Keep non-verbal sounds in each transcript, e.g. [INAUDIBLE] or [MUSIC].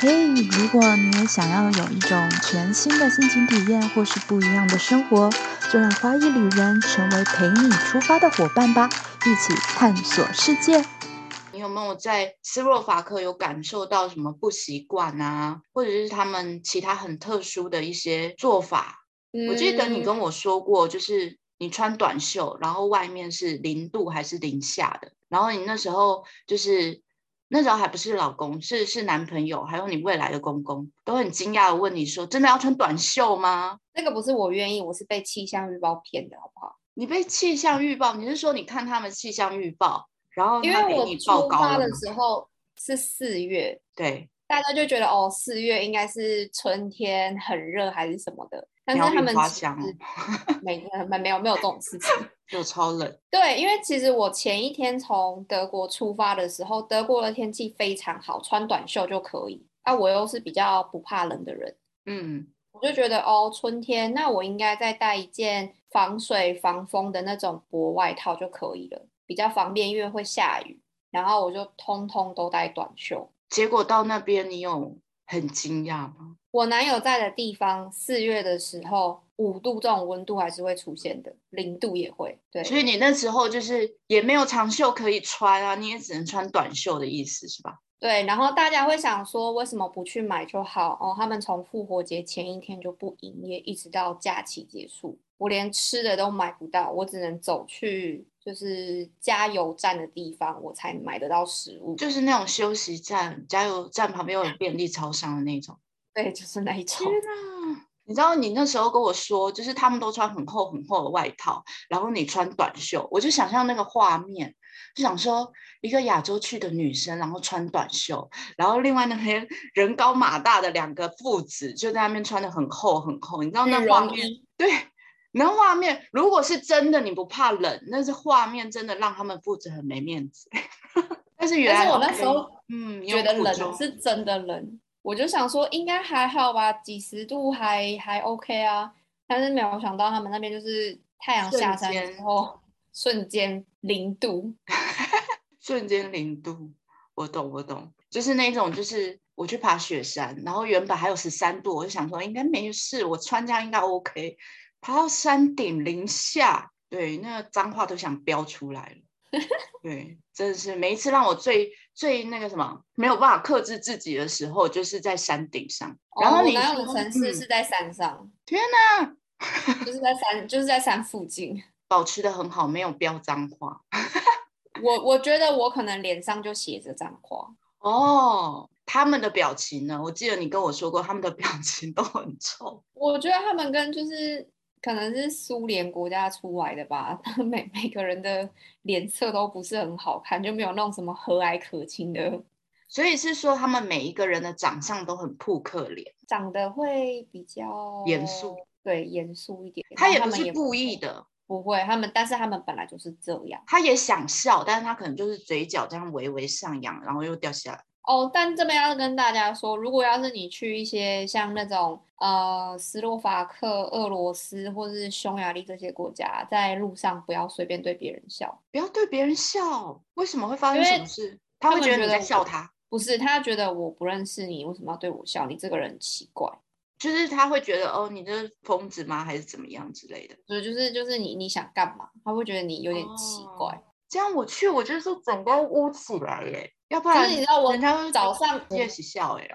所以，如果你也想要有一种全新的心情体验，或是不一样的生活，就让花一旅人成为陪你出发的伙伴吧，一起探索世界。你有没有在斯洛伐克有感受到什么不习惯啊，或者是他们其他很特殊的一些做法？我记得你嗯跟我说过，就是你穿短袖，然后外面是零度还是零下的，然后你那时候就是那时候还不是老公，是是男朋友，还有你未来的公公，都很惊讶的问你说：“真的要穿短袖吗那个不是我愿意，我是被气象预报骗的，好不好？？”你被气象预报，你是说你看他们气象预报，然后因哦他为给我你报出高发了的吗时候是四月，对，大家就觉得哦，四月应该是春天很热还是什么的，但是鸟他语们花其香哦实没呃没没有没有这种事情。又超冷，对，因为其实我前一天从德国出发的时候，德国的天气非常好，穿短袖就可以。啊，我又是比较不怕冷的人，嗯，我就觉得哦，春天那我应该再带一件防水防风的那种薄外套就可以了，比较方便，因为会下雨。然后我就通通都带短袖。结果到那边你有很惊讶吗？我男友在的地方，四月的时候五度这种温度还是会出现的，零度也会。对，所以你那时候就是也没有长袖可以穿啊，你也只能穿短袖的意思是吧？对，然后大家会想说，为什么不去买就好？哦，他们从复活节前一天就不营业，一直到假期结束。我连吃的都买不到，我只能走去就是加油站的地方，我才买得到食物。就是那种休息站、加油站旁边有便利超商的那种。对，就是那一种天。哪！你知道你那时候跟我说，就是他们都穿很厚很厚的外套，然后你穿短袖，我就想象那个画面，就想说一个亚洲去的女生，然后穿短袖，然后另外那边人高马大的两个父子就在那边穿的很厚很厚，你知道那羽画绒面衣对，然后画面如果是真的，你不怕冷，那是画面真的让他们父子很没面子。 [LAUGHS] 但是原但来是我好那时像候嗯觉得有苦冷衷是真的冷，我就想说应该还好吧，几十度还还 OK 啊。但是没有想到他们那边就是太阳瞬下山间之后，瞬间零度。瞬间零度，我懂我懂，就是那种就是我去爬雪山，然后原本还有十三度，我就想说应该没事，我穿这样应该 OK。爬到山顶零下，对，那个脏话都想飙出来了。 [LAUGHS] 对，真的是每一次让我最最那个什么没有办法克制自己的时候，就是在山顶上。然哦后我你男友的说城市嗯是在山上，天哪， [LAUGHS] 就是在山，就是在山附近。保持的很好，没有飙脏话。我我觉得我可能脸上就写着脏话，哦， [LAUGHS] 他们的表情呢？我记得你跟我说过，他们的表 [LAUGHS] 情都很臭。我觉得他们跟就是可能是苏联国家出来的吧， [LAUGHS] 每每个人的脸色都不是很好看，就没有那种什么和蔼可亲的，所以是说他们每一个人的长相都很扑克脸，长得会比较严肃，对，严肃一点。他然也后不们是故意会，的，不会，他们但是他们本来就是这样。他也想笑，但是他可能就是嘴角这样微微上扬，然后又掉下来。哦，但这边要跟大家说，如果要是你去一些像那种呃斯洛伐克、俄罗斯或是匈牙利这些国家，在路上不要随便对别人笑，不要对别人笑，为什么会发生因什为么事？他会们觉得觉你得在笑我他，不是他觉得我不认识你，为什么要对我笑？你这个人很奇怪，就是他会觉得哦，你这是疯子吗？还是怎么样之类的？所以就是就是你你想干嘛？他会觉得你有点奇怪。哦这样我去，我就是整个屋起来耶，要不就然是你知道我人家会早上我一起笑 [LAUGHS] 哎、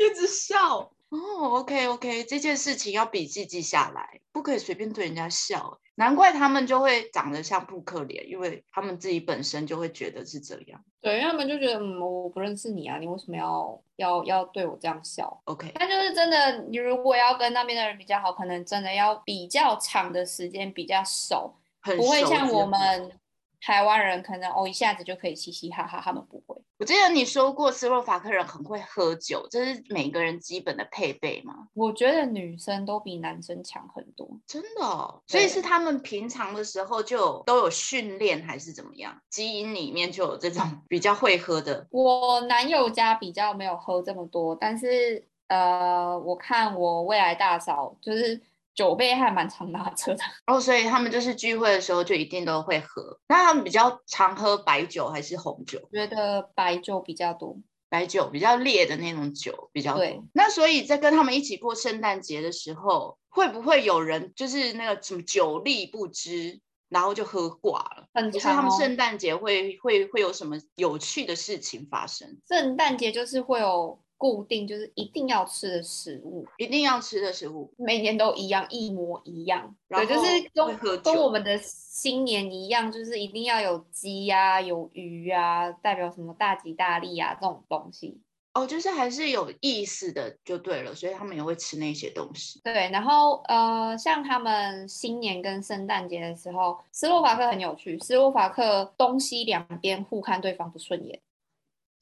一直笑。哦，OK OK，这件事情要笔记记下来，不可以随便对人家笑。难怪他们就会长得像扑克脸，因为他们自己本身就会觉得是这样。对，因为他们就觉得嗯我不认识你啊，你为什么要要要对我这样笑？ OK，那就是真的，你如果要跟那边的人比较好，可能真的要比较长的时间比较熟，很不会熟像之我后们台湾人可能哦一下子就可以嘻嘻哈哈，他们不会。我记得你说过斯洛伐克人很会喝酒，这是每个人基本的配备吗？我觉得女生都比男生强很多，真的、哦，所以对是他们平常的时候就有都有训练，还是怎么样？基因里面就有这种比较会喝的。我男友家比较没有喝这么多，但是呃，我看我未来大嫂就是酒杯还蛮常拿着的，哦，所以他们就是聚会的时候就一定都会喝。那他们比较常喝白酒还是红酒？觉得白酒比较多。白酒比较烈的那种酒比较对多。那所以在跟他们一起过圣诞节的时候，会不会有人就是那个什么酒力不支，然后就喝挂了？很就是他长们哦。圣诞节会会会有什么有趣的事情发生？圣诞节就是会有固定，就是一定要吃的食物，一定要吃的食物，每年都一样，一模一样。然对，就后是会喝跟跟酒我们的新年一样，就是一定要有鸡呀、有鱼啊，代表什么大吉大利啊这种东西。哦，就是还是有意思的就对了，所以他们也会吃那些东西。对，然后呃，像他们新年跟圣诞节的时候，斯洛伐克很有趣。斯洛伐克东西两边互看对方不顺眼，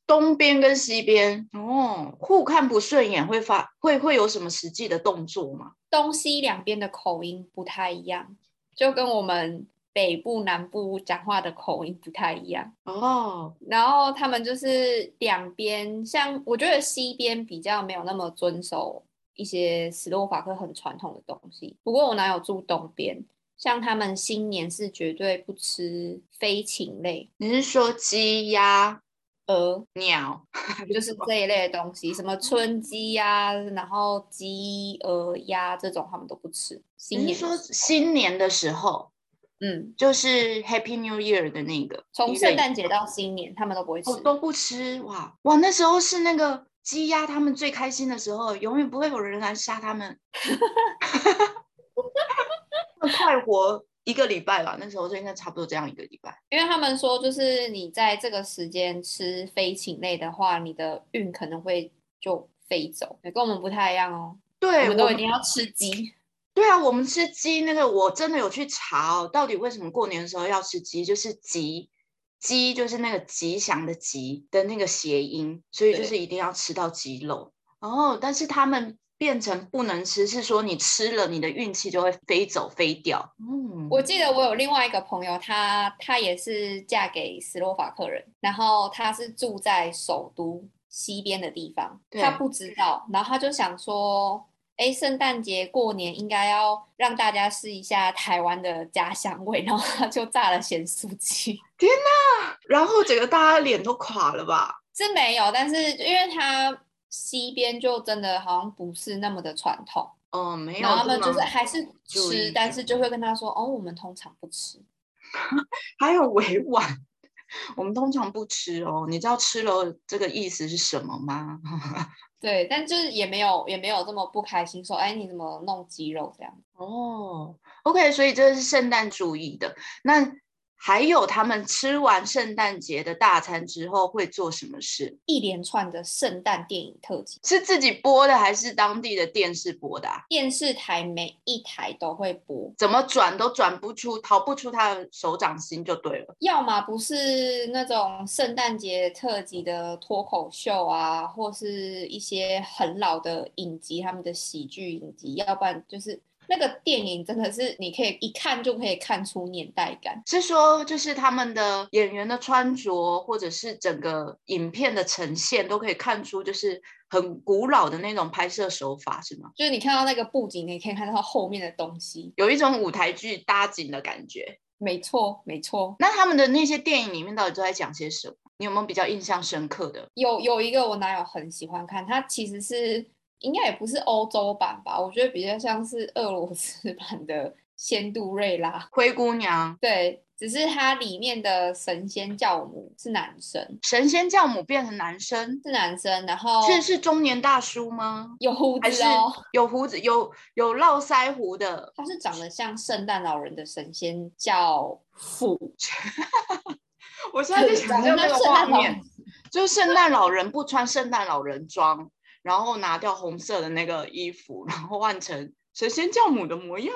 东边跟西边哦，互看不顺眼会发会会有什么实际的动作吗？东西两边的口音不太一样，就跟我们北部南部讲话的口音不太一样。哦，然后他们就是两边，像我觉得西边比较没有那么遵守一些斯洛伐克很传统的东西。不过我男友住东边，像他们新年是绝对不吃飞禽类，你是说鸡鸭鹅鸟？就是这一类的东西，什么春鸡呀、然后鸡、鹅、鸭这种他们都不吃。新你年是的说时候新年的时候，嗯，就是 Happy New Year 的那个，从一圣类诞节到新年他们都不会吃。哦都不吃哇哇，那时候是那个鸡鸭他们最开心的时候，永远不会有人来杀他 [LAUGHS] 们。他们快活一个礼拜吧，那时候就应该差不多这样一个礼拜。因为他们说，就是你在这个时间吃飞禽类的话，你的运可能会就飞走，对跟我们不太一样哦。我对，们都们一定要吃鸡，对啊，我们吃鸡那个，我真的有去查哦，到底为什么过年的时候要吃鸡？就是吉，鸡就是那个吉祥的吉的那个谐音，所以就对是一定要吃到鸡肉。哦，但是他们变成不能吃，是说你吃了你的运气就会飞走飞掉。嗯，我记得我有另外一个朋友，她她也是嫁给斯洛伐克人，然后她是住在首都西边的地方，对她不知道，然后她就想说，哎，圣诞节过年应该要让大家试一下台湾的家乡味，然后她就炸了咸酥鸡。然后整个大家脸都垮了吧？是没有，但是因为它西边就真的好像不是那么的传统，哦，没有然后他这们就是么还是注意吃，但是就会跟他说哦，我们通常不吃。还有委婉。 [LAUGHS] 我们通常不吃哦，你知道吃了这个意思是什么吗？对，但就是也没有也没有这么不开心，说哎你怎么弄鸡肉这样？哦，OK，所以这是圣诞主义的。那还有他们吃完圣诞节的大餐之后会做什么事？一连串的圣诞电影特辑，是自己播的还是当地的电视播的、啊？电视台每一台都会播，怎么转都转不出，逃不出他的手掌心就对了。要么不是那种圣诞节特辑的脱口秀啊，或是一些很老的影集，他们的喜剧影集，要不然就是那个电影真的是你可以一看就可以看出年代感。是说，就是他们的演员的穿着，或者是整个影片的呈现，都可以看出，就是很古老的那种拍摄手法，是吗？就是你看到那个布景，你可以看到后面的东西。有一种舞台剧搭景的感觉。没错，没错。那他们的那些电影里面到底都在讲些什么？你有没有比较印象深刻的？有有一个我男友很喜欢看，他其实是应该也不是欧洲版吧，我觉得比较像是俄罗斯版的《仙杜瑞拉》。灰姑娘、对，只是它里面的神仙教母是男生，神仙教母变成男生，是男生，然后是是中年大叔吗？有胡还是子哦，有胡子、有有络腮胡的？他是长得像圣诞老人的神仙教父，我现在就想长象得那个像圣画诞老面人，， [LAUGHS] 就是圣诞老人不穿圣诞老人装，然后拿掉红色的那个衣服，然后换成神仙教母的模样。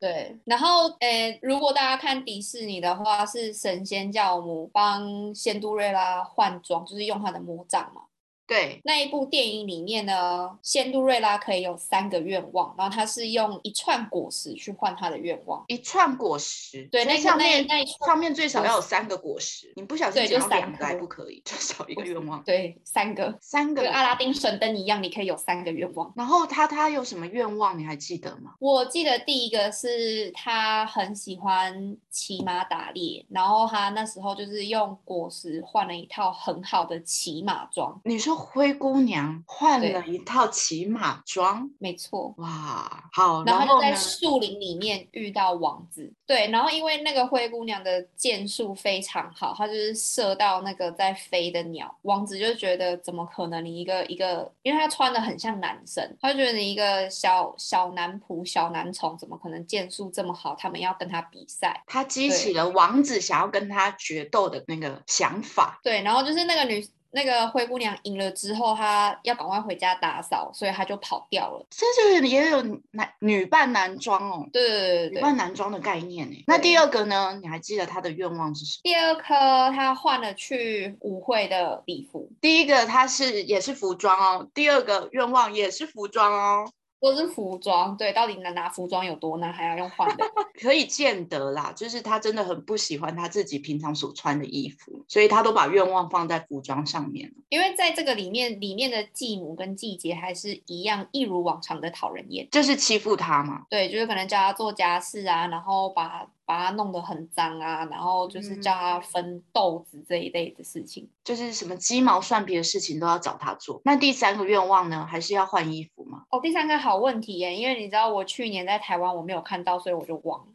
对，然后诶，如果大家看迪士尼的话，是神仙教母帮仙杜瑞拉换装，就是用她的魔杖嘛。对，那一部电影里面呢，仙杜瑞拉可以有三个愿望，然后他是用一串果实去换他的愿望。一串果实，对所以那个上那面那一串上面最少要有三个果实，你不小心对捡就到两三个还颗不可以，最 [LAUGHS] 少一个愿望，对，三个，三个跟。阿拉丁神灯一样，你可以有三个愿望。然后他他有什么愿望你还记得吗？我记得第一个是他很喜欢骑马打猎，然后他那时候就是用果实换了一套很好的骑马装，你说灰姑娘换对了一套骑马装，没错。哇，好，然然后他就后在呢？树林里面遇到王子，对，然后因为那个灰姑娘的箭术非常好，她就是射到那个在飞的鸟，王子就觉得怎么可能你一个一个，因为他穿的很像男生，他就觉得你一个小小男仆、小男宠，怎么可能箭术这么好？他们要跟他比赛，他激对起了王子想要跟他决斗的那个想法，对，然后就是那个女。那个灰姑娘赢了之后，她要赶快回家打扫，所以她就跑掉了。这就是也有男女扮男装哦，对对对对女对，扮男装的概念呢。那第二个呢？你还记得他的愿望是什么？第二颗她换了去舞会的礼服，第一个他是也是服装哦，第二个愿望也是服装哦，都是服装，对，到底能拿服装有多难，还要用换的？ [LAUGHS] 可以见得啦，就是他真的很不喜欢他自己平常所穿的衣服，所以他都把愿望放在服装上面了。因为在这个里面，里面的继母跟季节还是一样，一如往常的讨人厌。就是欺负他嘛。对，就是可能叫他做家事啊，然后把把他弄得很脏啊，然后就是叫他分豆子这一类的事情。就是什么鸡毛蒜皮的事情都要找他做。那第三个愿望呢，还是要换衣服吗哦，第三个好问题耶，因为你知道我去年在台湾我没有看到，所以我就忘了。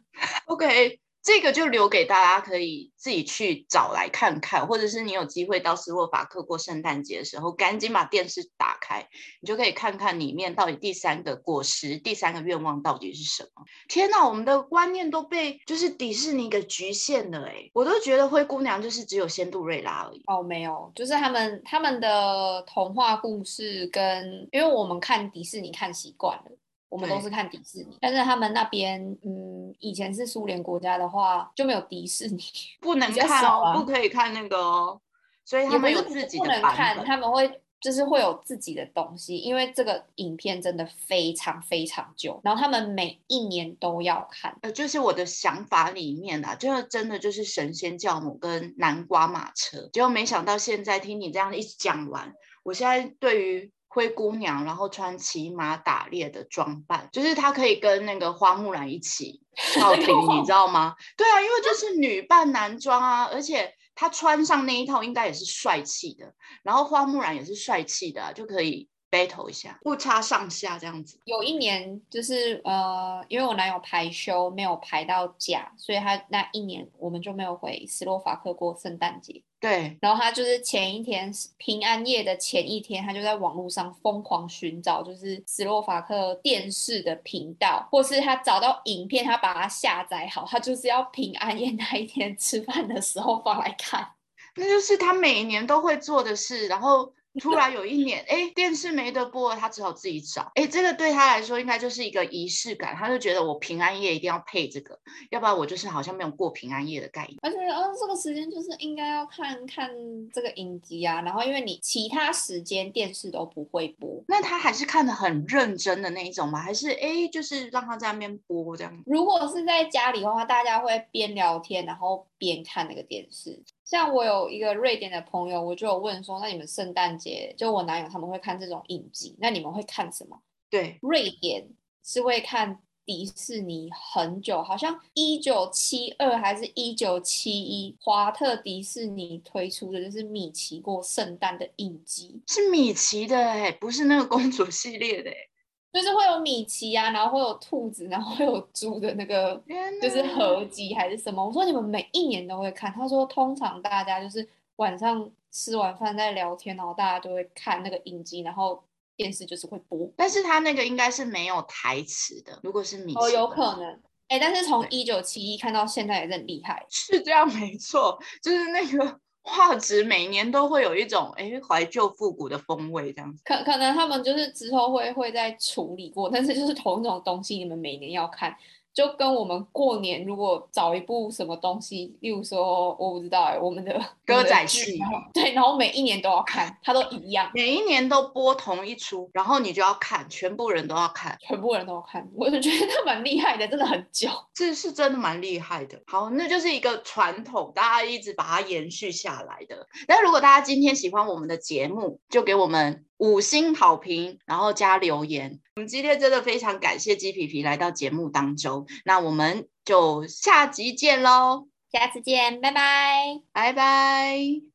？OK，这个就留给大家可以自己去找来看看，或者是你有机会到斯洛伐克过圣诞节的时候，赶紧把电视打开，你就可以看看里面到底第三个果实、第三个愿望到底是什么。天哪，我们的观念都被就是迪士尼给局限了诶，我都觉得灰姑娘就是只有仙杜瑞拉而已。哦，没有，就是他们他们的童话故事跟，因为我们看迪士尼看习惯了，我们都对是看迪士尼，但是他们那边，嗯，以前是苏联国家的话就没有迪士尼，不能比较看少哦，啊不可以看那个哦，所 [LAUGHS] 以他也不们是有不自己不的能版看，本。他们会就是会有自己的东西，因为这个影片真的非常非常久，然后他们每一年都要看，呃，就是我的想法里面啊，就是真的就是神仙教母跟南瓜马车，结果没想到现在听你这样一讲完，我现在对于灰姑娘，然后穿骑马打猎的装扮，就是她可以跟那个花木兰一起跳跟亭，花你知道吗？对啊，因为就是女扮男装啊，而且她穿上那一套应该也是帅气的，然后花木兰也是帅气的啊、就可以 battle 一下，不差上下这样子。有一年就是呃，因为我男友排休没有排到假，所以他那一年我们就没有回斯洛伐克过圣诞节。对，然后他就是前一天平安夜的前一天，他就在网络上疯狂寻找，就是斯洛伐克电视的频道，或是他找到影片，他把它下载好，他就是要平安夜那一天吃饭的时候放来看。那就是他每年都会做的事，然后突然有一年，哎，电视没得播了，他只好自己找。哎，这个对他来说应该就是一个仪式感，他就觉得我平安夜一定要配这个，要不然我就是好像没有过平安夜的概念。他就觉得，哦，这个时间就是应该要看看这个影集啊。然后因为你其他时间电视都不会播，那他还是看得很认真的那一种吗？还是哎，诶就是让他在那边播这样？如果是在家里的话，大家会边聊天，然后边看那个电视。像我有一个瑞典的朋友，我就有问说，那你们圣诞节就我男友他们会看这种影集，那你们会看什么？对，瑞典是会看迪士尼很久，好像一九七二还是一九七一，华特迪士尼推出的就是米奇过圣诞的影集，是米奇的哎，不是那个公主系列的哎。就是会有米奇啊，然后会有兔子，然后会有猪的那个天就是哪合集还是什么？我说你们每一年都会看，他说通常大家就是晚上吃完饭在聊天，然后大家都会看那个影集，然后电视就是会播。但是他那个应该是没有台词的，如果是米奇哦，有的可能。哎、但是从对一九七一看到现在也是很厉害。是这样，没错，就是那个画质每年都会有一种哎怀旧复古的风味，这样子。可可能他们就是之后会会再处理过，但是就是同一种东西，你们每年要看，就跟我们过年如果找一部什么东西，例如说我不知道哎、我们的歌仔戏，我们的剧对，然后每一年都要看，它都一样，每一年都播同一出，然后你就要看，全部人都要看，全部人都要看，我就觉得它蛮厉害的，真的很久。这是真的蛮厉害的。好，那就是一个传统，大家一直把它延续下来的。那如果大家今天喜欢我们的节目，就给我们五星好评，然后加留言。我们今天真的非常感谢鸡皮皮来到节目当中，那我们就下集见喽，下次见，拜拜。拜拜。